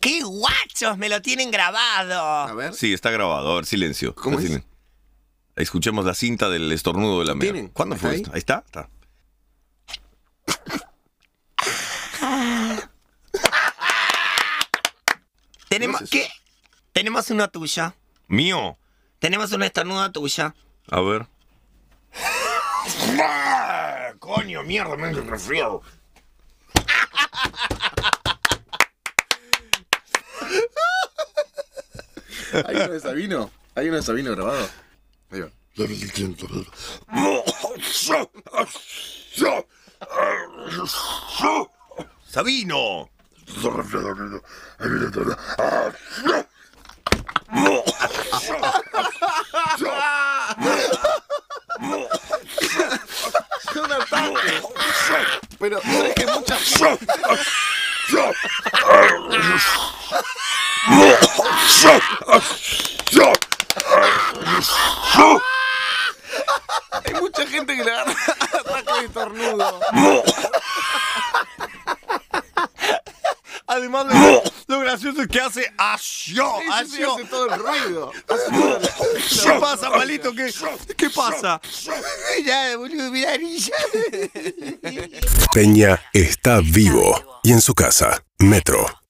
¡Qué guachos! Me lo tienen A grabado. ver. Sí, está grabado. A ver, silencio. ¿Cómo Está es? silen- Escuchemos la cinta del estornudo de la mera. ¿Tienen? ¿Cuándo ¿Está fue ahí? esto? Ahí está. está. Tenemos, ¿Qué es ¿Qué? Tenemos uno tuyo. Mío. Tenemos un estornudo tuyo. A ver. Coño, mierda, me he resfriado. Hay uno de Sabino. Hay uno de Sabino grabado. Ahí va. ¡Sabino! Es un ataque. Pero es que mucha Hay mucha gente que le agarra ataque de estornudo. Además, lo, lo gracioso es que hace asio, Ese sí asio. hace todo el ruido. Hace todo el- ¿Qué pasa, palito? ¿Qué, qué pasa? Mirá, boludo, mirá, Grilla. Peña está vivo y en su casa, Metro